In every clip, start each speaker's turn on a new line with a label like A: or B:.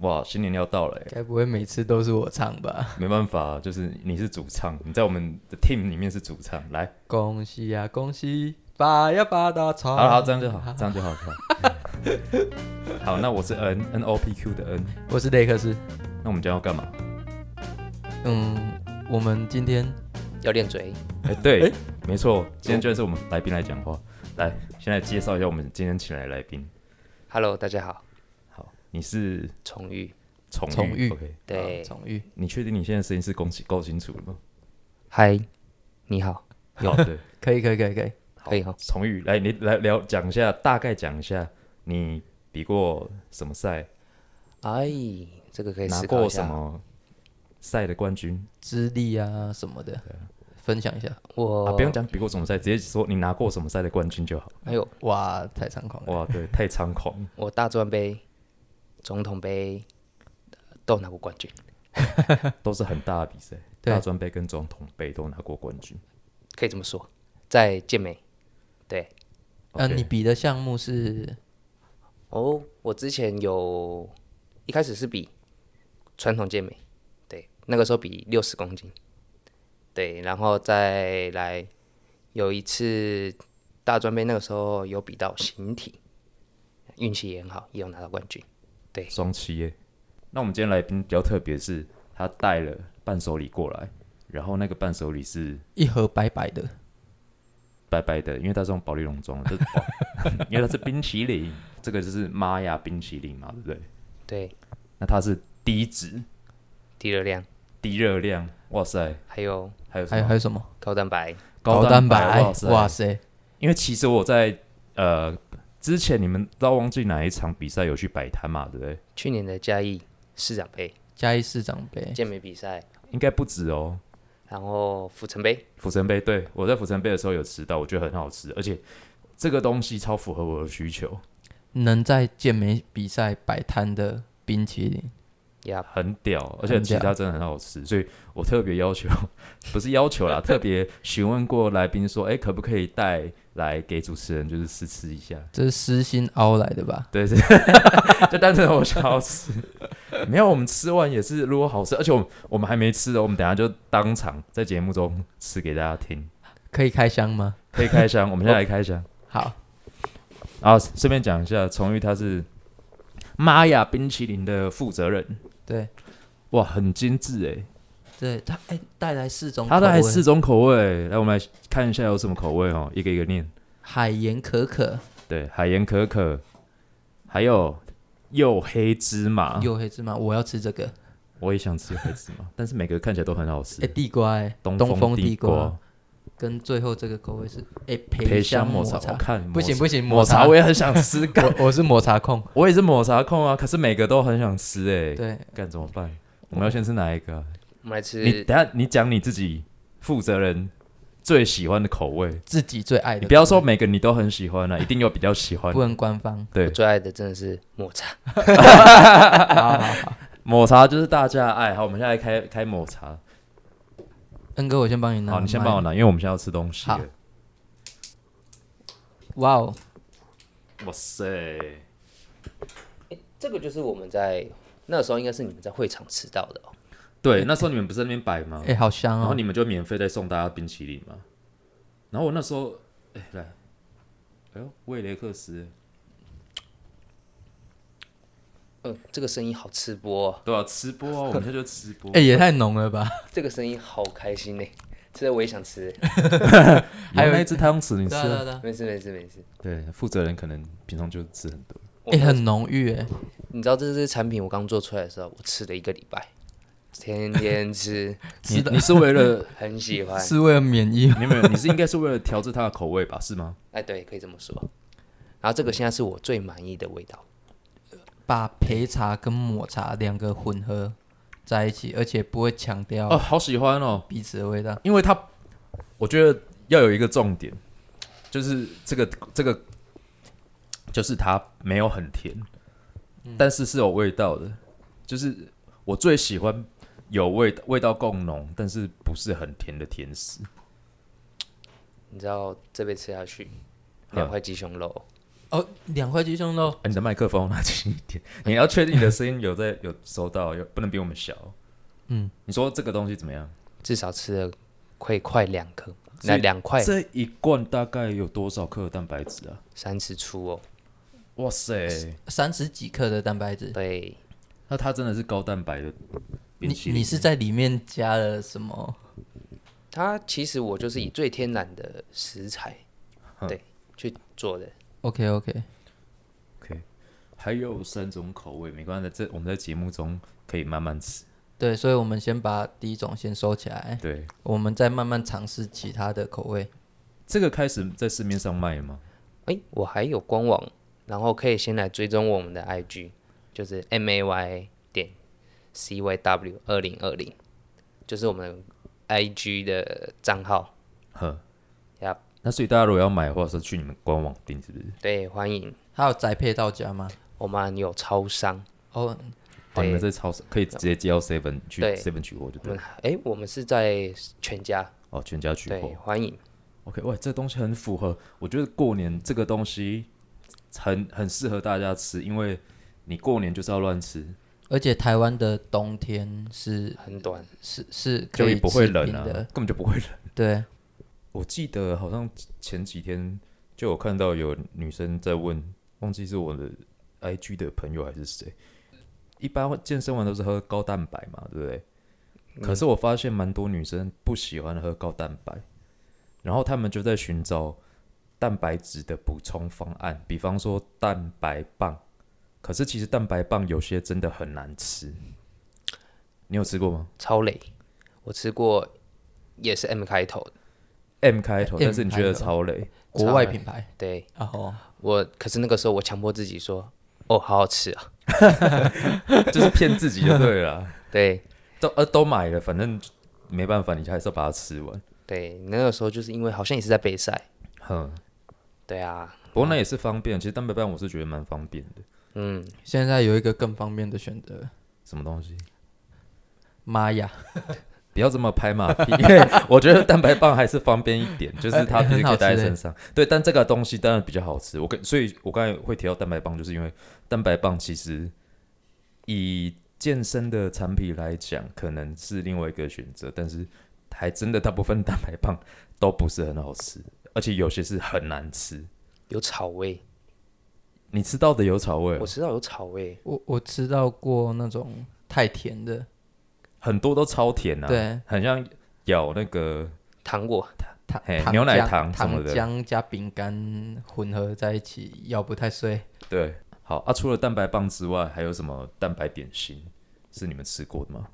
A: 哇，新年要到了、 欸，
B: 该不会每次都是我唱吧？
A: 没办法，就是你是主唱，你在我们的 team 里面是主唱，来，
B: 恭喜呀、恭喜，发呀发大财！
A: 好了好，这样就哦好，这样就好，好。 好，那我是 N N O P Q 的 N，
B: 我是雷克斯。
A: 那我们今天要干嘛？
B: 嗯，我们今天
C: 要练嘴，
A: 哎、哦对，
B: 哎
A: 没错，今天居然是我们来宾来讲话。来，先来介绍一下我们今天请来的来宾。
C: Hello，大家好，
A: 好，你是
C: 重遇，
A: 宠
B: 宠
A: 玉
B: 玉
A: o k
C: 对，
B: 啊重遇，
A: 你确定你现在声音是够清够清楚了吗？
C: 嗨，你好，
A: 好的，
B: 可以可以可以可以。
C: 可以哈，
A: 崇玉，来，你来聊讲一下，大概讲一下你比过什么赛，
C: 哎，这个可以
A: 拿
C: 思考
A: 过
C: 一
A: 什
C: 下。
A: 么赛的冠军
B: 资历啊什么的，分享一下。
C: 我
A: 啊？不用，讲比过什么赛，直接说你拿过什么赛的冠军就好。
C: 哎呦，
B: 哇，太猖狂了！
A: 哇，对，太猖狂了。
C: 我大专杯、总统杯呃都拿过冠军，
A: 都是很大的比赛，
B: 对
A: 大专杯跟总统杯都拿过冠军。
C: 可以这么说，在健美。对，
B: 嗯、
A: OK
B: 你比的项目是
C: 哦，我之前有一开始是比传统健美，对，那个时候比六十公斤，对，然后再来有一次大专杯，那个时候有比到形体，运气也很好，也有拿到冠军。
A: 双七耶。那我们今天来宾比较特别，是他带了伴手礼过来，然后那个伴手礼是
B: 一盒白白的，
A: 白白的，因为它是用保丽龙装的，这是保 因为它是冰淇淋，这个就是玛雅冰淇淋嘛，对不对？
C: 对，
A: 那它是低脂、
C: 低热量，
A: 低热量，哇塞，
C: 还有
A: 还有什
B: 还有
A: 么
B: 还有什么
C: 高蛋白，
A: 高
B: 蛋
A: 白，
B: 哇
A: 哇
B: 塞
A: 塞！因为其实我在呃之前你们不知道忘记哪一场比赛有去摆摊嘛，对不对？
C: 去年的嘉义市长杯
B: 嘉义市长杯，
C: 健美比赛，
A: 应该不止哦，
C: 然后府城杯，
A: 釜城杯，对我在釜城杯的时候有吃到，我觉得很好吃，而且这个东西超符合我的需求，
B: 能在健美比赛摆摊的冰淇淋，
C: 呀，
A: 很屌，而且其他真的很好吃，所以我特别要求， 不是要求啦，特别询问过来宾说，哎、可不可以带来给主持人就是试吃一下？
B: 这是私心凹来的吧？
A: 对，是， 就单纯我想要吃，没有，我们吃完也是，如果好吃，而且我们我们还没吃哦，我们等一下就当场在节目中吃给大家听，
B: 可以开箱吗？
A: 可以开箱，我们现在来开箱。
B: 好，
A: 然后顺便讲一下，崇玉他是玛雅冰淇淋的负责人，
B: 对
A: 哇，很精致诶，
B: 对，他哎带来四种口
A: 他
B: 味，
A: 的还四种口味，来我们来看一下有什么口味哦，一个一个念。
B: 海盐可可、
A: 对，海盐可可，还有柚黑芝麻，
B: 有黑芝麻，我要吃这个。
A: 我也想吃黑芝麻，但是每个看起来都很好吃
B: 哎，。地瓜哎，
A: 东
B: 风
A: 地
B: 瓜，跟最后这个口味是哎
A: 培
B: 培
A: 香
B: 抹
A: 抹茶，我看
B: 不行
A: 抹
B: 不行，
A: 茶抹茶
B: 茶
A: 我也很想吃，干
B: 我我是抹茶控，
A: 我也是抹茶控啊，可是每个都很想吃诶，
B: 对，
A: 干怎么办？我们要先吃哪一个啊？
C: 我们来
A: 你
C: 吃
A: 等下你讲你自己负责人最喜欢的口味，
B: 自己最爱的口味。
A: 你不要说每个你都很喜欢啊了、一定有比较喜欢
B: 不。能官方，
A: 对
C: 我，最爱的真的是抹茶，
B: 好好好，
A: 抹茶就是大家的爱好。我们现在开开抹茶，
B: 恩哥我先帮你拿，
A: 好，你先帮我。拿，因为我们现在要吃东西了。
B: 哇哦，
A: 哇塞，
C: 这个就是我们在那个时候应该是你们在会场吃到的哦。
A: 对，那时候你们不是在那边摆吗？
B: 哎，好香
A: 然后
B: 哦，
A: 你们就免费再送大家冰淇淋嘛。然后我那时候，哎、来，哎呦，威雷克斯，
C: 嗯，这个声音好吃播、哦，
A: 对啊，吃播啊，我们现在就吃播。
B: 哎也太浓了吧？
C: 这个声音好开心呢、吃了我也想吃。
A: 还有那一只汤匙，你吃
B: 对
A: 啊
B: 啊对啊对啊，
C: 没事没事没事，
A: 对，负责人可能平常就吃很多。
C: 我
B: 哎
C: 那
B: 很浓郁哎，
C: 你知道这支产品我刚做出来的时候，我吃了一个礼拜，天天吃，
B: 吃的
A: 你是为了
C: 很喜欢。
B: 是为了免疫
A: 你有没有？你是应该是为了调制它的口味吧？是 吗？
C: 哎，对，可以这么说。然后这个现在是我最满意的味道，
B: 把焙茶跟抹茶两个混合在一起，而且不会强
A: 哦，
B: 调
A: 好喜欢哦，
B: 彼此的味道。
A: 因为它，我觉得要有一个重点，就是这个这个，就是它没有很甜，
B: 嗯
A: 但是是有味道的。就是我最喜欢有味味道够浓，但是不是很甜的甜食。啊
C: 你知道这杯吃下去，两块鸡胸肉，
B: 哦，两块鸡胸肉，
A: 哎你的麦克风拿近一点， 你要确定你的声音有在有收到，有不能比我们小。
B: 嗯，
A: 你说这个东西怎么样？
C: 至少吃了快快两颗，
A: 所
C: 那
A: 以
C: 两块
A: 这一罐大概有多少克的蛋白质啊？
C: 三十出哦。
A: 哇塞，
B: 三十几克的蛋白质。
C: 对，
A: 那它真的是高蛋白的冰
B: 你
A: 淇淋。
B: 你是在里面加了什么？
C: 它其实我就是以最天然的食材，对，去做的。
B: OK OK，
A: OK，还有三种口味，没关系，这我们在节目中可以慢慢吃。
B: 对，所以我们先把第一种先收起来，
A: 对，
B: 我们再慢慢尝试其他的口味。
A: 这个开始在市面上卖吗？
C: 哎，我还有官网，然后可以先来追踪我们的 IG，就是 M A Y 点 C Y W 二零二零，就是我们 IG 的账号。
A: 呵，
C: Yup
A: 那所以大家如果要买的话，是去你们官网订，是不是？
C: 对，欢迎
B: 还有宅配到家吗？
C: 我们有超商，
B: 哦，
A: 哦，
C: 对
A: 你们在超市可以直接接到 Seven 去
C: 对
A: Seven 取货就
C: 我
A: 对
C: 们
A: 了。
C: 哎，我们是在全家，
A: 哦，全家取
C: 嗯对，
A: 货。
C: 欢迎。
A: OK，哇，这东西很符合，我觉得过年这个东西很很适合大家吃，因为你过年就是要乱吃，
B: 而且台湾的冬天是
C: 很短，
B: 是是
A: 就
B: 可以
A: 也不会
B: 吃
A: 冷
B: 冰
A: 啊，
B: 的
A: 根，本就不会冷。
B: 对，
A: 我记得好像前几天就有看到有女生在问，忘记是我的 IG 的朋友还是谁，一般健身完都是喝高蛋白嘛，对不对？
B: 嗯
A: 可是我发现蛮多女生不喜欢喝高蛋白，然后她们就在寻找蛋白质的补充方案，比方说蛋白棒。可是其实蛋白棒有些真的很难吃，你有吃过吗
C: 超累。我吃过，也是 M 开头的，
A: ？M 开头，
B: M
A: 但是你觉得
B: 开头
A: 超累，
B: 国外品牌，
C: 对
B: 然后
C: 我，可是那个时候我强迫自己说，哦，好好吃啊，
A: 就是骗自己就对了啊。
C: 对
A: 都呃都买了，反正没办法，你还是要把它吃完。
C: 对，那个时候就是因为好像也是在备赛，
A: 哼，
C: 对啊，
A: 不过那也是方便，其实蛋白棒我是觉得蛮方便的。
C: 嗯，
B: 现在有一个更方便的选择，
A: 什么东西？
B: 妈呀，
A: 不要这么拍马屁，因为我觉得蛋白棒还是方便一点，就是它毕竟可以带在身上。对，但这个东西当然比较好吃。我跟所以，我刚才会提到蛋白棒，就是因为蛋白棒其实以健身的产品来讲，可能是另外一个选择，但是还真的大部分蛋白棒都不是很好吃，而且有些是很难吃。
C: 有草味，
A: 你吃到的有草味哦、
C: 我知道有草味，
B: 我我吃到过那种太甜的，
A: 很多都超甜啊，，
B: 对，
A: 很像咬那个
C: 糖果，
B: 糖
A: 嘿
B: 糖
A: 牛奶
B: 浆
A: 糖什
B: 糖
A: 么的
B: 浆加饼干混合在一起，咬不太碎。
A: 对。好啊，除了蛋白棒之外，还有什么蛋白点心是你们吃过的吗？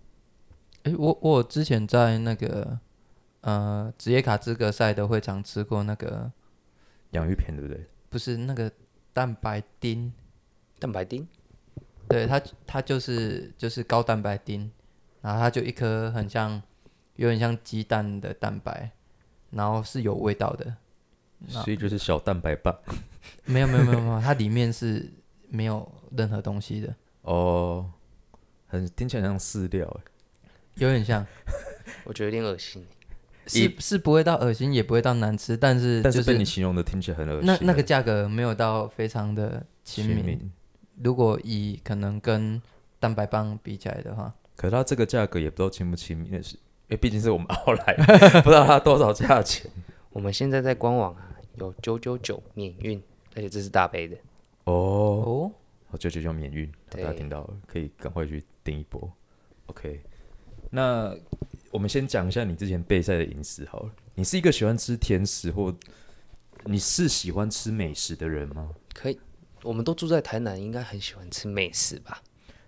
B: 诶，我我之前在那个呃职业卡资格赛的会场吃过那个，
A: 洋芋片对不对？
B: 不是那个蛋白丁，
C: 蛋白丁，
B: 对它它就是就是高蛋白丁，然后它就一颗很像有点像鸡蛋的蛋白，然后是有味道的，那
A: 所以就是小蛋白棒
B: 没有没有没有没有，它里面是没有任何东西的，
A: 哦，很听起来像饲料哎。
B: 有 点像，
C: 我觉得有点恶心，
B: 是是不会到恶心，也不会到难吃，但是
A: 但
B: 就是是
A: 被你形容的听起来很恶心
B: 那
A: 啊。
B: 那个价格没有到非常的亲
A: 亲
B: 民。
A: 民，
B: 如果以可能跟蛋白棒比起来的话，
A: 可是它这个价格也不知道亲不亲民的是，因为毕竟是我们后来 不知道它多少价钱
C: 我们现在在官网啊有九九九免运，而且这是大杯的，
A: 哦。
B: 哦，
A: 我就就叫免运，大
C: 对
A: 家听到了可以赶快去订一波。OK，那我们先讲一下你之前备赛的饮食好了。你是一个喜欢吃甜食或你是喜欢吃美食的人吗？
C: 可以，我们都住在台南，应该很喜欢吃美食吧？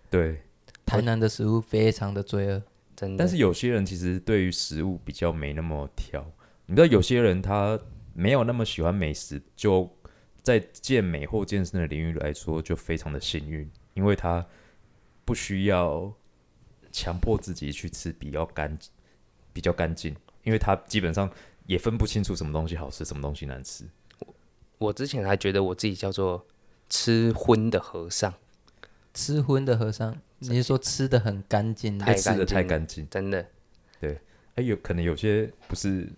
A: 对，
B: 台南的食物非常的罪恶，
C: 真的，
A: 但是有些人其实对于食物比较没那么挑。你知道有些人他没有那么喜欢美食，就在健美或健身的领域来说就非常的幸运，因为他不需要强迫自己去吃比较干比较干净，因为他基本上也分不清楚什么东西好吃，什么东西难吃。
C: 我之前还觉得我自己叫做吃荤的和尚，
B: 吃荤的和尚，你是说吃的很干净的
C: 太
A: 哎吃的
C: 干净
A: 太
C: 了
A: 干净，
C: 真的。
A: 哎，有可能有些不是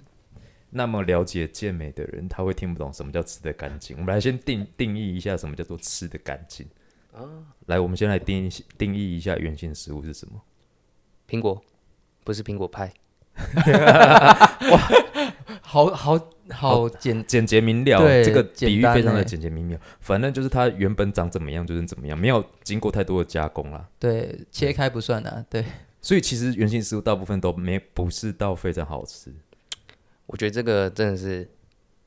A: 那么了解健美的人，他会听不懂什么叫吃的干净。我们来先定定义一下什么叫做吃的干净啊。来，我们先来定义定义一下原型食物是什么。
C: 苹果不是苹果派，
B: 好好好简，
A: 简洁明了，
B: 对
A: 这个比
B: 简
A: 喻
B: 单
A: 非常的
B: 欸
A: 简洁明了。反正就是它原本长怎么样就是怎么样，没有经过太多的加工啦。
B: 对，切开不算啊，对，
A: 所以其实原型食物大部分都没不是到非常好吃。
C: 我觉得这个真的是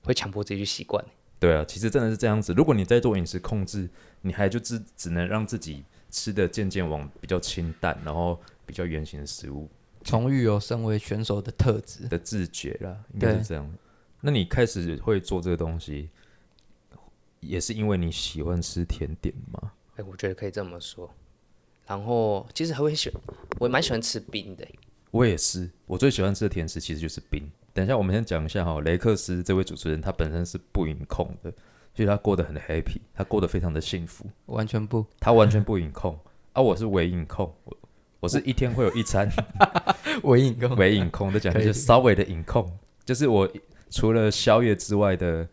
C: 会强迫自己去习惯。
A: 对啊，其实真的是这样子。如果你在做饮食控制，你还就只只能让自己吃的渐渐往比较清淡，然后比较圆形的食物
B: 重育有身为选手的特质。
A: 的自觉啦，应该
B: 对
A: 是这样。那你开始会做这个东西，也是因为你喜欢吃甜点吗？
C: 哎、我觉得可以这么说。然后其实还会喜，我也蛮喜欢吃冰的。
A: 我也是，我最喜欢吃的甜食其实就是冰。等一下，我们先讲一下哈、雷克斯这位主持人，他本身是不饮控的，所以他过得很 happy，他过得非常的幸福。
B: 完全不，
A: 他完全不饮控，啊，我是微饮控，我我是一天会有一餐
B: 我硬跟
A: 微饮控，再讲一
B: 可
A: 下
B: 以
A: 稍微的饮控，就是我除了宵夜之外的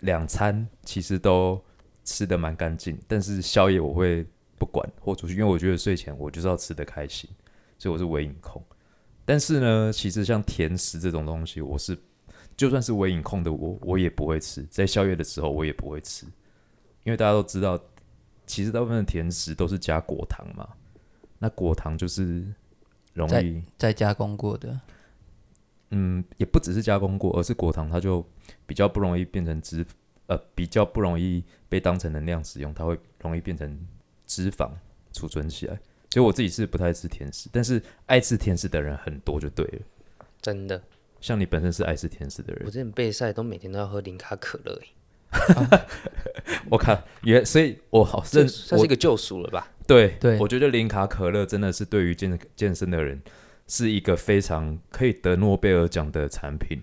A: 两餐，其实都吃的蛮干净，但是宵夜我会不管豁出去，因为我觉得睡前我就是要吃的开心，所以我是微饮控。但是呢，其实像甜食这种东西，我是就算是微饮控的我，我也不会吃，在宵夜的时候我也不会吃，因为大家都知道，其实大部分的甜食都是加果糖嘛，那果糖就是容
B: 在
A: 易。
B: 再加工过的，
A: 嗯，也不只是加工过，而是果糖它就比较不容易变成脂，呃，比较不容易被当成能量使用，它会容易变成脂肪储存起来。所以我自己是不太吃甜食，但是爱吃甜食的人很多就对了。
C: 真的，
A: 像你本身是爱吃甜食的
C: 我
A: 人
C: 之，前备赛都每天都要喝零卡可乐、欸，
A: 我看原，所以我好
C: 这
A: 认
C: 算是
A: 我
C: 一个救赎了吧？
A: 对
B: 对
A: 我觉得零卡可乐真的是对于健健身的人是一个非常可以得诺贝尔奖的产品。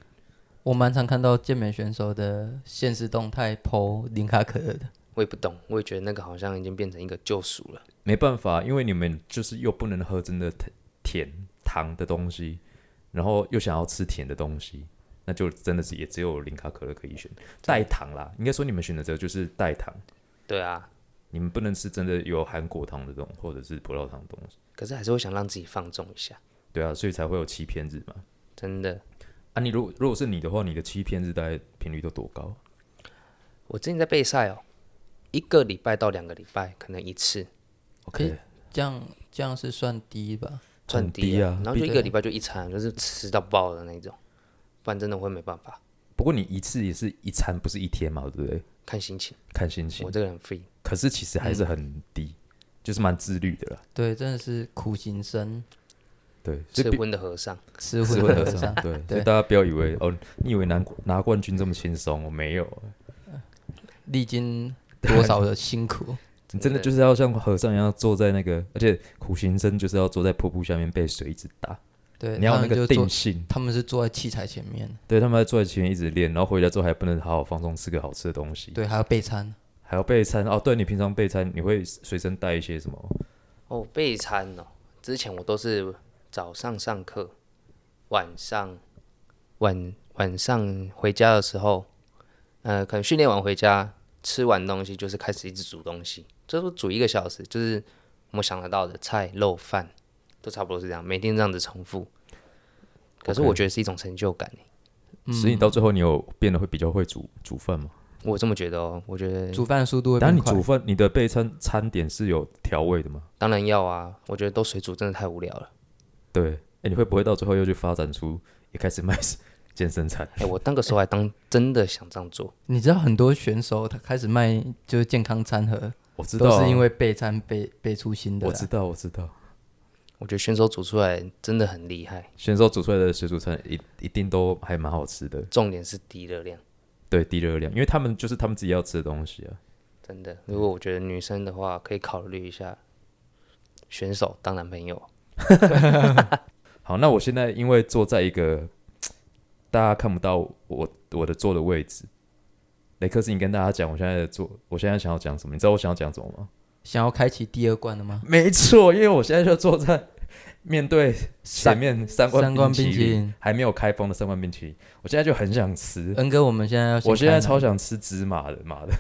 B: 我蛮常看到健美选手的现实动态 PO 零卡可乐的，
C: 我也不懂，我也觉得那个好像已经变成一个救赎了。
A: 没办法，因为你们就是又不能喝真的甜甜糖的东西，然后又想要吃甜的东西，那就真的是也只有零卡可乐可以选代糖啦。应该说你们选的这个就是代糖，
C: 对啊，
A: 你们不能吃真的有含果糖的东西或者是葡萄糖的东西。
C: 可是还是会想让自己放纵一下，
A: 对啊，所以才会有欺骗日嘛。
C: 真的。
A: 啊，你如果如果是你的话，你的欺骗日大概频率都多高？
C: 我之前在备赛哦，一个礼拜到两个礼拜可能一次，
B: OK 这样这样是算低吧？
C: 算
A: 很低啊
C: 然后就
B: 比
C: 一个礼拜就一餐，啊就是吃到爆的那种，不然真的会没办法
A: 不过你一次也是一餐，不是一天嘛，对不对？
C: 看心情。
A: 看心情
C: 我。这个人 free，
A: 可是其实还是很低，就是蛮自律的啦。
B: 对，真的是苦行僧，
A: 对，这
C: 吃荤的和尚，
B: 吃
A: 是
B: 荤
A: 会
B: 和
A: 合
B: 尚
A: 上，。对，所以大家不要以为哦，你以为拿拿冠军这么轻松，我没有，
B: 历经多少的辛苦，
A: 你真的
C: 真的
A: 就是要像和尚一样坐在那个，而且苦行僧就是要坐在瀑布下面被水一直打，
B: 对，
A: 你要
B: 他
A: 有那
B: 们就
A: 个
B: 坐
A: 定，性。
B: 他们是坐在器材前面，
A: 对，他们还坐在前面一直练，然后回家之后还不能好好放松，吃个好吃的东西，
B: 对，还要备餐，
A: 还要备餐哦。对你平常备餐，你会随身带一些什么？
C: 哦，备餐哦，之前我都是早上上课，晚上晚晚上回家的时候，呃，可能训练完回家，吃完东西就是开始一直煮东西，就是煮一个小时，就是我们想得到的菜、肉、饭，都差不多是这样，每天这样子重复。可是
A: OK
C: 我觉得是一种成就感欸耶，
B: 嗯
A: 所以你到最后你有变得会比较会煮煮饭吗？
C: 我这么觉得哦。我觉得
B: 煮饭的速度会
A: 然后
B: 变
A: 你
B: 快
A: 煮。饭，你的备餐餐点是有调味的吗？
C: 当然要啊，我觉得都水煮真的太无聊了。
A: 对，哎，你会不会到最后又去发展出也开始卖 健身餐？
C: 哎、我那个时候还当真的想这样做，
B: 你知道很多选手他开始卖就是健康餐盒，
A: 我知道啊，
B: 都是因为备餐备备出新的啊
A: 我
B: 啦，
A: 知道，我知道，
C: 我觉得选手煮出来真的很厉害。
A: 选手煮出来的水煮餐一一定都还蛮好吃的，
C: 重点是低热量，
A: 对，低热量，因为他们就是他们自己要吃的东西啊。
C: 真的。如果我觉得女生的话，可以考虑一下选手当男朋友。
A: 好，那我现在因为坐在一个大家看不到我我的坐的位置，雷克斯，你跟大家讲，我现在的坐，我现在想要讲什么？你知道我想要讲什么吗？
B: 想要开启第二关了吗？
A: 没错，因为我现在就坐在面对前面三
B: 三
A: 罐
B: 罐
A: 冰
B: 冰淇淋
A: 还没有开封的三罐冰淇淋，我现在就很想吃。
B: 恩哥，我们现在要先
A: 我现在
B: 开
A: 超想吃芝麻的，妈的！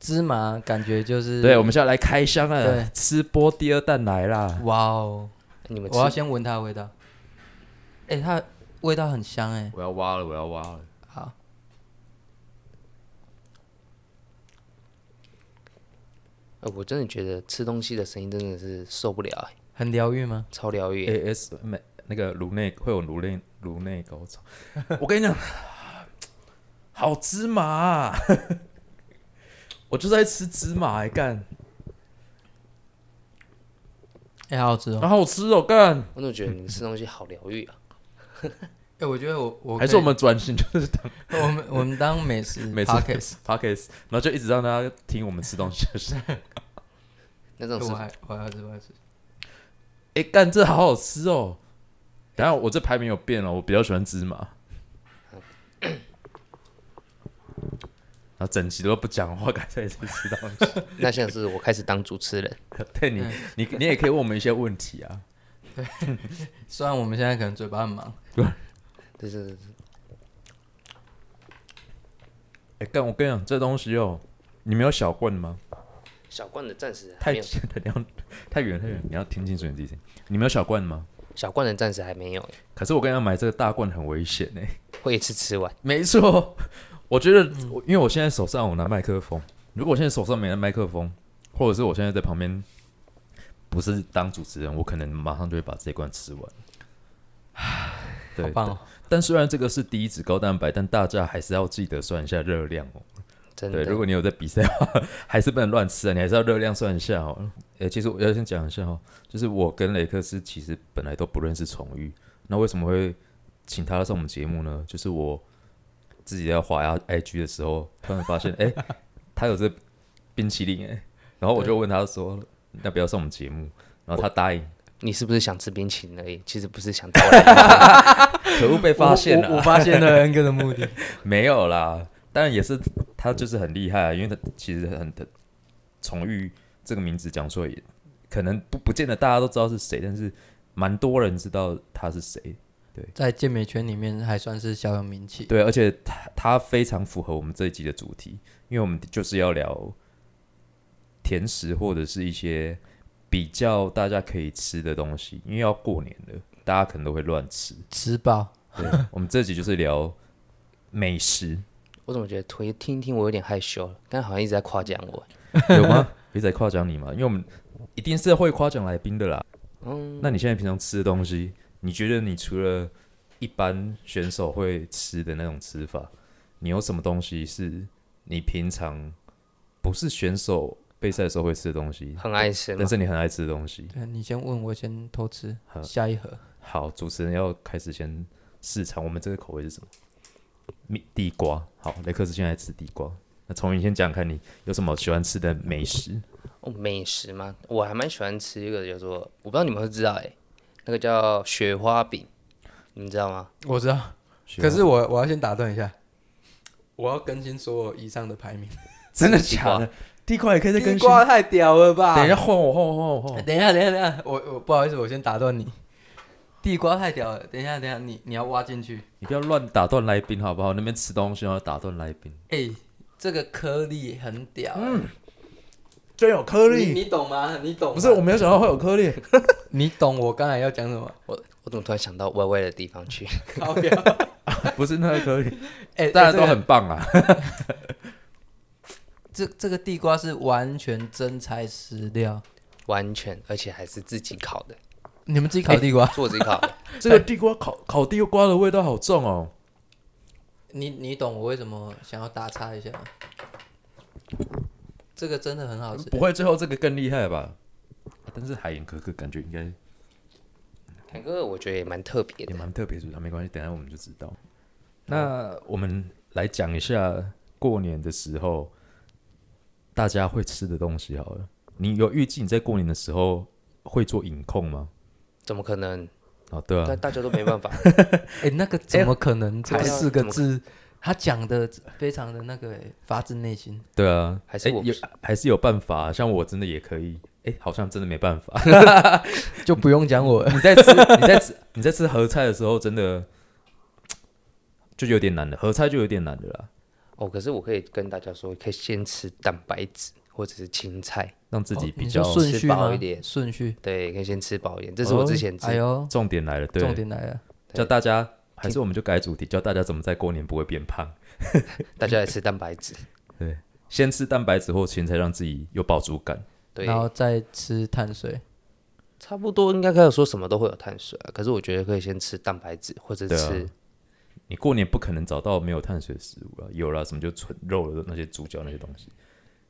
B: 芝麻，感觉就是
A: 对，我们现在来开箱啊
B: 对，
A: 吃播第二弹来啦！
B: 哇哦！
C: 你们吃
B: 我要先闻它的味道。哎、它味道很香哎、
A: 我要挖了，我要挖了。
B: 好，
C: 呃，我真的觉得吃东西的声音真的是受不了、欸，
B: 很疗愈吗？
C: 超疗愈欸、
A: A S 没那个颅内会有颅内颅内高潮。我跟你讲，好芝麻啊、 我就在吃芝麻、欸，干，
B: 哎、好好吃哦！
A: 好好吃哦，干。
C: 我总觉得你们吃东西好疗愈啊。
B: 哎、我觉得我我
A: 还是我
B: 可以
A: 们转型就是当
B: 我们我们当美 食
A: 美食
B: p o c a s t
A: p o d c a s t 然后就一直让大家听我们吃东西， 就是
C: 那 种
B: 我
C: 是
B: 还我还要吃我还要吃。
A: 哎干，这好好吃哦。等一下我这排名有变了，哦我比较喜欢芝麻。 然后整集都不讲话，改在这里吃东西。
C: 那像是我开始当主持人，
A: 对你，你你也可以问我们一些问题啊。
B: 虽然我们现在可能嘴巴很忙，
C: 就是
A: 哎、干！我跟你讲，这东西哦，你没有小棍吗？
C: 小罐的暂时还
A: 太
C: 没有，
A: 近了，你要太远太远，你要听清楚你自己听。你没有小棍吗？
C: 小罐的暂时还没有欸、
A: 可是我跟你讲，买这个大罐很危险哎、
C: 会一次吃完。
A: 没错， 我觉得我，因为我现在手上有拿麦克风，如果我现在手上没拿麦克风，或者是我现在在旁边不是当主持人，我可能马上就会把这一罐吃完。
B: 好
A: 对，
B: 棒哦！
A: 但虽然这个是低脂高蛋白，但大家还是要记得算一下热量哦。
C: 真的
A: 对，，如果你有在比赛的话，还是不能乱吃啊，你还是要热量算一下哦。呃，其实我要先讲一下哦，就是我跟雷克斯其实本来都不认识宠玉，那为什么会请他上我们节目呢？就是我自己在滑 I IG 的时候，突然发现， 哎、他有这冰淇淋哎、然后我就问他说，要不要上我们节目？然后他答应，
C: 你是不是想吃冰淇淋而已？其实不是想到来
A: 可恶被发现了、
B: 我我我发 现了恩哥的目的。
A: 没有啦，当然也是他就是很厉害、啊，因为他其实很的宠玉这个名字讲出来也可能不不见得大家都知道是谁，但是蛮多人知道他是谁。
B: 在健美圈里面还算是小有名气。
A: 对，而且他他非常符合我们这一集的主题，因为我们就是要聊甜食或者是一些比较大家可以吃的东西，因为要过年了，大家可能都会乱吃。
B: 吃饱，
A: 对，我们这集就是聊美食，
C: 我怎么觉得推听一听我有点害羞了？刚才好像一直在夸奖我欸、
A: 有吗？有在夸奖你吗？因为我们一定是会夸奖来宾的啦。嗯，那你现在平常吃的东西，你觉得你除了一般选手会吃的那种吃法，你有什么东西是你平常不是选手备赛的时候会吃的东西，
C: 很啊爱吃
A: 但
C: 嘛。
A: 是你很爱吃的东西？
B: 对你先问我，先偷吃
A: 好
B: 下一盒。
A: 好，主持人要开始先试尝，我们这个口味是什么？蜜地瓜。好，雷克斯现在吃地瓜。那从你先讲看，你有什么喜欢吃的美食？
C: 哦，美食嘛，我还蛮喜欢吃一个叫做，我不知道你们会知道哎、那个叫雪花饼，你们知道吗？
B: 我知道，可是我我要先打断一下，我要更新所有以上的排名。
A: 真的
C: 地
A: 假
C: 瓜
A: 的？ 地瓜也啊可以再更
B: 地
A: 新？
B: 瓜太屌了吧！
A: 等一下，换我，换我，换我，
B: 哎，
A: 换
B: 等一下，等一下，等一下，我我不好意思，我先打断你。地瓜太屌了，等一下，等一下，你你要挖进去。
A: 我！你不要乱打断来宾好不好？那边吃东西然后打断来宾，
B: 哎、这个颗粒很屌、嗯，
A: 真有颗
B: 你，你懂吗？你懂吗？
A: 不是我没有想到会有颗粒。
B: 你懂我刚才要讲什 么？
C: 我我怎么突然想到歪歪的地方去？
B: 靠边哎
A: 不是那个颗 粒，
B: 哎，
A: 大家
B: 这
A: 都
B: 个
A: 很棒啊！
B: 这这个地瓜是完全真材实料，
C: 完全，而且还是自己烤的，
B: 你们自己烤地瓜，
C: 是我自己烤的。
A: 这个地瓜烤烤地瓜的味道好重哦。
B: 你你懂我为什么想要打岔一下吗？这个真的很好吃，
A: 不会最后这个更厉害吧？但是海盐可可感觉应该
C: 凯哥，我觉得也蛮特别
A: 也
C: 的。
A: 蛮特别，是不是？没关系，等一下我们就知道。那我们来讲一下过年的时候大家会吃的东西好了。你有预计你在过年的时候会做饮控吗？
C: 怎么可能？
A: 哦，对
B: 嗯
A: 啊
C: 但，大家都没办法。
B: 哎、那个怎么可能？这
C: 还
B: 个
C: 要
B: 四个
C: 哎怎么
B: 字，他讲的非常的那个、哎发自内心。
A: 对啊，
C: 还是
A: 诶
C: 我不
A: 有还是有办法啊、像我真的也可以，
B: 哎、
A: 哎、好像真的没办法。
B: 就不用讲我了。
A: 你在吃你在吃你在吃合菜的时候，真的就有点难了，合菜就有点难的啦，
C: 哦，可是我可以跟大家说，可以先吃蛋白质或者是青菜，
A: 让自己
B: 哦
A: 比
B: 你
A: 较
B: 说。顺序
C: 吃饱
B: 吗
C: 一？点
B: 顺序，
C: 对，可以先吃饱一点。这是我之前吃
B: 哎呦，
A: 重点来了，对，
B: 重点来了，
A: 教大家，还是我们就改主题，教大家怎么在过年不会变胖。
C: 大家来吃蛋白质，
A: 先吃蛋白质或青菜，让自己有饱足感。
C: 对，
B: 然后再吃碳水。
C: 差不多应该可以说什么都会有碳水啊。可是我觉得可以先吃蛋白质或者
A: 对啊
C: 吃
A: 你过年不可能找到没有碳水的食物啊，有啦，什么就纯肉的那些猪脚那些东西。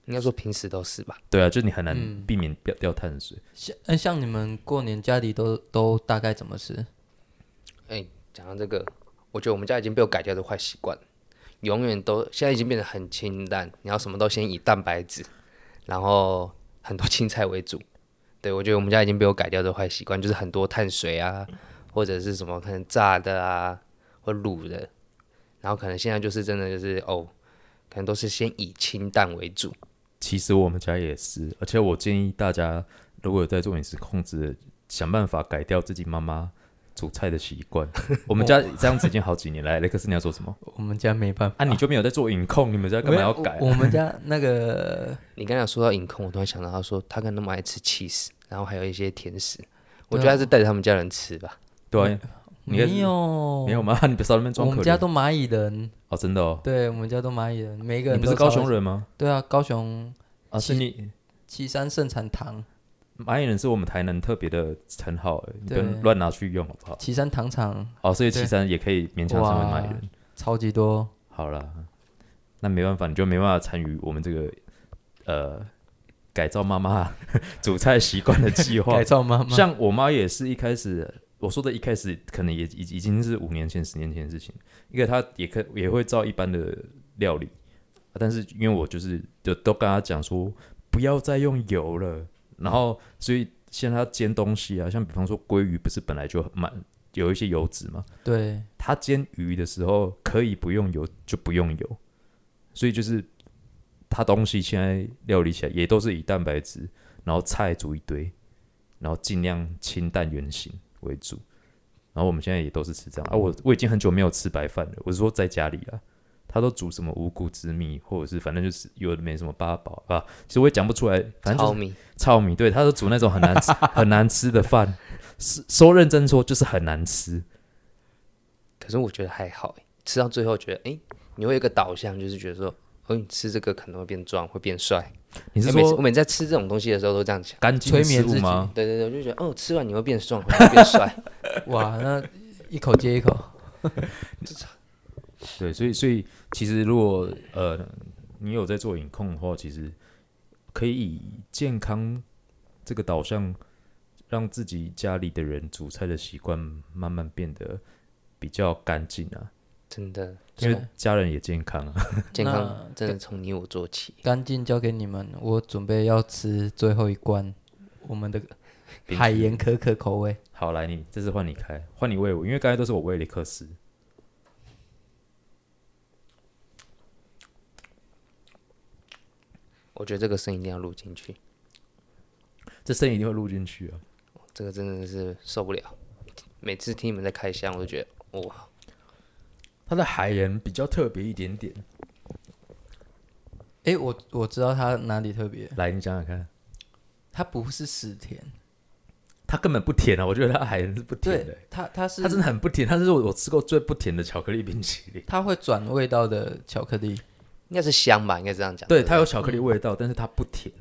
C: 应该说平时都是吧？
A: 对啊，就是你很难避免掉掉碳水。
B: 像嗯，像你们过年家里都都大概怎么吃？
C: 哎、讲到这个，我觉得我们家已经被我改掉的坏习惯，永远都现在已经变得很清淡，你要什么都先以蛋白质，然后很多 青菜为主。对，我觉得我们家已经被我改掉的坏习惯，就是很多碳水啊，或者是什么可能炸的啊，或卤的，然后可能现在就是真的就是哦，可能都是先以清淡为主。
A: 其实我们家也是，而且我建议大家，如果有在做饮食控制的，想办法改掉自己妈妈煮菜的习 惯。我们家这样子已经好几年来，雷克斯你要说什么？
B: 我们家没办法，
A: 啊，你就没有在做饮控，你们家干嘛要改啊、
B: 我我们家那个
C: 你刚才有说到饮控，我突然想到，他说他跟那么爱吃 cheese，然后还有一些甜食，我觉得他是带着他们家人吃吧。
A: 对啊， 你应该是
B: 没有
A: 没有吗？你别少在那边装
B: 我
A: 可
B: 们
A: 怜
B: 家。都蚂蚁人，
A: 哦，真的哦，
B: 对，我们家都蚂蚁人，每一个
A: 你
B: 人
A: 不
B: 都
A: 是高
B: 超
A: 雄人吗？
B: 对啊，高雄
A: 啊，是
B: 其
A: 你
B: 旗山盛产糖，
A: 蚂蚁人是我们台南特别的称号，哎你不要
B: 对
A: 乱拿去用好不好？
B: 旗山糖厂
A: 哦，所以
B: 对
A: 岐山也可以勉强成为蚂蚁人。
B: 超级多，
A: 好啦，那没办法，你就没办法参与我们这个呃改造妈妈 煮菜习惯的计划
B: 改。造妈妈，
A: 像我妈也是一开始，我说的一开始可能也已已经是五年前、十年前的事情，因为她也可也会照一般的料理，啊但是因为我就是就都跟她讲说不要再用油了，然后所以现在她煎东西啊，像比方说鲑鱼，不是本来就蛮有一些油脂嘛，
B: 对，
A: 她煎鱼的时候可以不用油就不用油，所以就是她东西现在料理起来也都是以蛋白质，然后菜煮一堆，然后尽量清淡原形为主。然后我们现在也都是吃这样啊，我我已经很久没有吃白饭了，我是说在家里啊，她都煮什么五谷之米，或者是反正就是有的没什么八宝啊，其实我也讲不出来，反正就是
C: 糙米，
A: 糙米，对，他都煮那种很难吃 很难吃的饭，是说认真说就是很难吃。
C: 可是我觉得还好欸，吃到最后觉得，哎、你会有一个导向，就是觉得说，哦，你吃这个可能会变壮，会变帅。
A: 你是
C: 欸每次我
A: 说
C: 每次在吃这种东西的时候都这样想。
A: 干净的
B: 催眠
A: 食物
B: 自己
A: 吗？
C: 对对对，我就觉得，哦，吃完你会变壮，会变帅。
B: 哇，那一口接一口，
A: 对，所以所以其实如果呃你有在做饮控的话，其实可以以健康这个导向，让自己家里的人煮菜的习惯慢慢变得比较干净啊，
C: 真的，
A: 因为
B: 对
A: 家人也健康啊。
C: 健康
B: 那
C: 真的从你我做起。
B: 干净交给你们，我准备要吃最后一罐我们的海盐可可口味，
A: 好，来你这次换你开，换你喂我，因为刚才都是我喂雷克斯。
C: 我觉得这个声音一定要录进去，
A: 这声音一定会录进去啊！
C: 这个真的是受不了。每次听你们在开箱，我就觉得，哇，
A: 它的海盐比较特别一点点。
B: 诶，我我知道它哪里特别，
A: 来，你想想看，
B: 它不是死甜，
A: 它根本不甜啊！我觉得它海盐是不甜的
B: 对，，它它是
A: 它真的很不甜，它是我我吃过最不甜的巧克力冰淇 淋。
B: 它会转味道的巧克力，
C: 应该是香吧，应该这样讲。
A: 对，
C: 不
A: 它有巧克力味道，但是它不甜。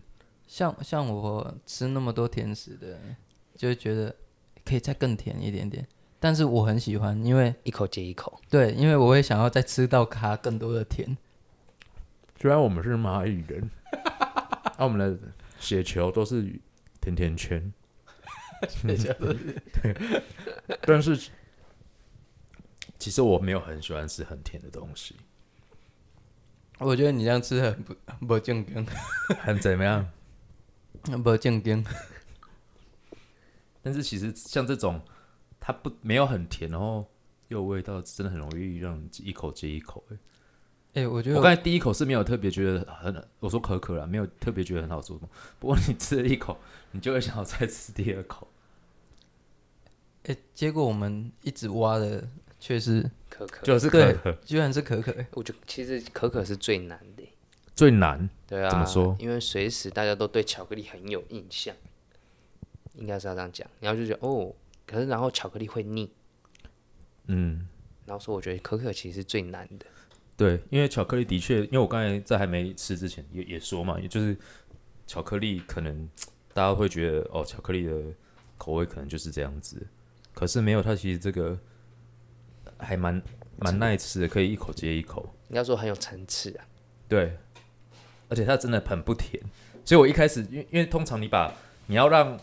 B: 像像我吃那么多甜食的，就会觉得可以再更甜一点点。但是我很喜欢，因为
C: 一口接一口，
B: 对，因为我会想要再吃到它更多的甜。
A: 虽然我们是蚂蚁人，那、我们的血球都是甜甜圈， 对但是其实我没有很喜欢吃很甜的东西，
B: 我觉得你这样吃很不很不正经，
A: 很怎么样？
B: 很不正经。
A: 但是其实像这种，它不没有很甜，然后又有味道，真的很容易让人一口接一口、欸。
B: 哎、我觉得
A: 我刚才第一口是没有特别觉得很，我说可可啦，没有特别觉得很好做。不过你吃了一口，你就会想要再吃第二口。
B: 哎、结果我们一直挖的却是
C: 可可，
A: 就是可
B: 对
A: 可
B: 居然是可可、哎
C: 我觉得其实可可是最难的欸、
A: 最难，
C: 对啊，
A: 怎么说？
C: 因为随时大家都对巧克力很有印象，应该是要这样讲。然后就觉得哦，可是然后巧克力会腻，
A: 嗯，
C: 然后说我觉得可可其实是最难的。
A: 对，因为巧克力的确，因为我刚才在还没吃之前也也说嘛，也就是巧克力可能大家会觉得哦，巧克力的口味可能就是这样子，可是没有它其实这个还蛮蛮耐吃的，可以一口接一口。
C: 应该说很有层次啊。
A: 对，而且它真的很不甜，所以我一开始，因为因为通常你把你要让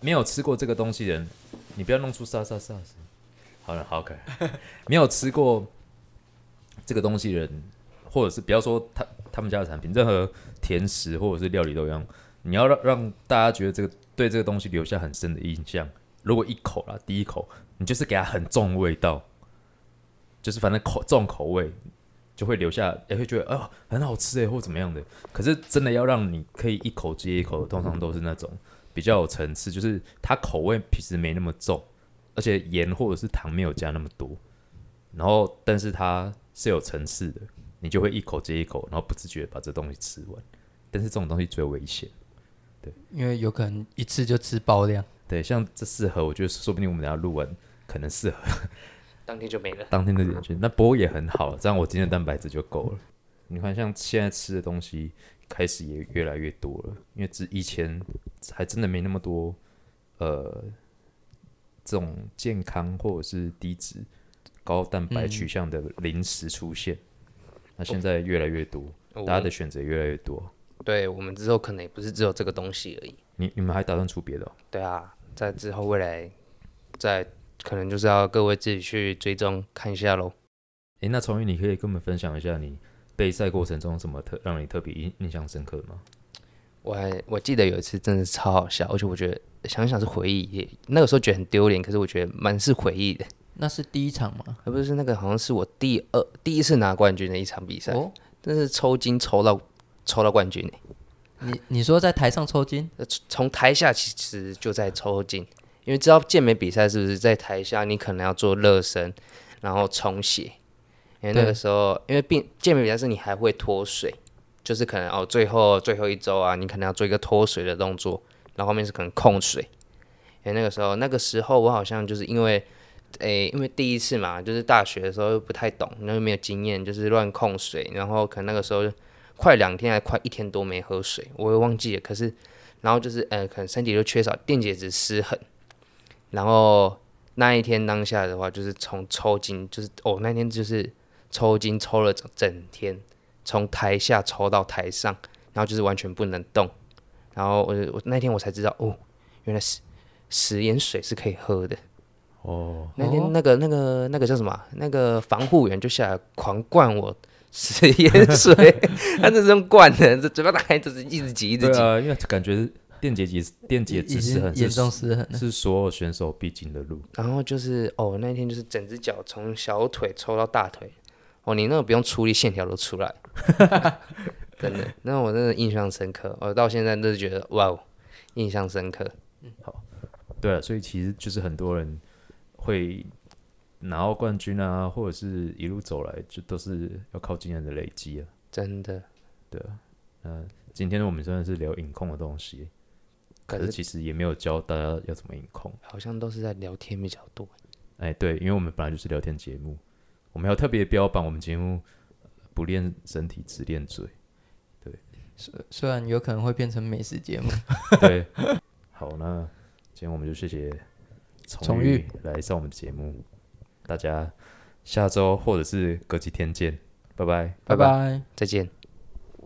A: 没有吃过这个东西的人，你不要弄出沙沙沙的声音好了，好可爱。没有吃过这个东西的人，或者是不要说他他们家的产品，任何甜食或者是料理都一样，你要让让大家觉得这个对这个东西留下很深的印象。如果一口啦，第一口你就是给它很重味道，就是反正口重口味，就会留下，也、会觉得哦、很好吃哎，或怎么样的。可是真的要让你可以一口接一口的，通常都是那种比较有层次，就是它口味其实没那么重，而且盐或者是糖没有加那么多，然后但是它是有层次的，你就会一口接一口，然后不自觉地把这东西吃完。但是这种东西最危险，
B: 因为有可能一次就吃爆量。
A: 对，像这四盒，我觉得说不定我们等一下录完，可能四盒
C: 当天就没了。
A: 当天的点心，那不过也很好，这样我今天的蛋白质就够了。你看，像现在吃的东西开始也越来越多了，因为之以前还真的没那么多，呃，这种健康或者是低脂、高蛋白取向的零食出现。那现在越来越多，
C: 我
A: 大家的选择越来越多。
C: 对我们之后可能也不是只有这个东西而已。
A: 你你们还打算出别的哦、
C: 对啊，在之后未来，在可能就是要各位自己去追踪看一下喽。
A: 诶，那崇玉，你可以跟我们分享一下你备赛过程中有什么特让你特别印印象深刻的吗？
C: 我还我记得有一次真的是超好笑，而且我觉得想想是回忆，也那个时候觉得很丢脸，可是我觉得蛮是回忆的。
B: 那是第一场吗？
C: 而不是那个好像是我第二第一次拿冠军的一场比赛，
B: 哦，
C: 真是抽筋抽到抽到冠军呢、
B: 你你说在台上抽筋，
C: 呃从台下其实就在抽筋，因为知道健美比赛是不是在台下你可能要做热身，然后充血，因为那
B: 对
C: 个时候因为并健美比赛是你还会脱水，就是可能哦最后最后一周啊，你可能要做一个脱水的动作，然后后面是可能控水，因为那个时候那个时候我好像就是因为。诶、因为第一次嘛，就是大学的时候又不太懂，然后又没有经验，就是乱控水，然后可能那个时候快两天还快一天多没喝水，我也忘记了。可是然后就是呃，可能身体就缺少电解质失衡，然后那一天当下的话，就是从抽筋，就是哦，那天就是抽筋抽了整整天，从台下抽到台上，然后就是完全不能动，然后我就我那天我才知道哦，原来食食盐水是可以喝的。
A: 哦，
C: 那
B: 哦
C: 天那个那个那个叫什么啊？那个防护员就下来狂灌我食盐水， 他这是用灌的，这嘴巴打开就是一直挤一直
A: 对
C: 挤。
A: 啊，因为感觉电解质电解
B: 已
A: 质失
B: 经
A: 衡
B: 严
A: 是
B: 重失衡了。
A: 是所有选手必经的路。
C: 然后就是哦，那一天就是整只脚从小腿抽到大腿，哦，你那个不用出力，线条都出来， 真的。那我真的印象深刻，我到现在都是觉得哇，哦，印象深刻。
A: 对啊，所以其实就是很多人会拿到冠军啊，或者是一路走来，就都是要靠经验的累积啊。
C: 真的，
A: 对啊，那今天我们虽然是聊影控的东西，可
C: 可
A: 是
C: 是
A: 其实也没有教大家要怎么影控。
C: 好像都是在聊天比较多。
A: 哎，对，因为我们本来就是聊天节目，我们要特别标榜我们节目不练身体，只练嘴。
B: 虽然有可能会变成美食节目，
A: 对，好，那今天我们就谢谢
B: 崇
A: 崇
B: 玉
A: 玉来上我们的节目，大家下周或者是隔几天见，拜拜。
B: 拜
C: 拜
B: 拜。
C: 再见。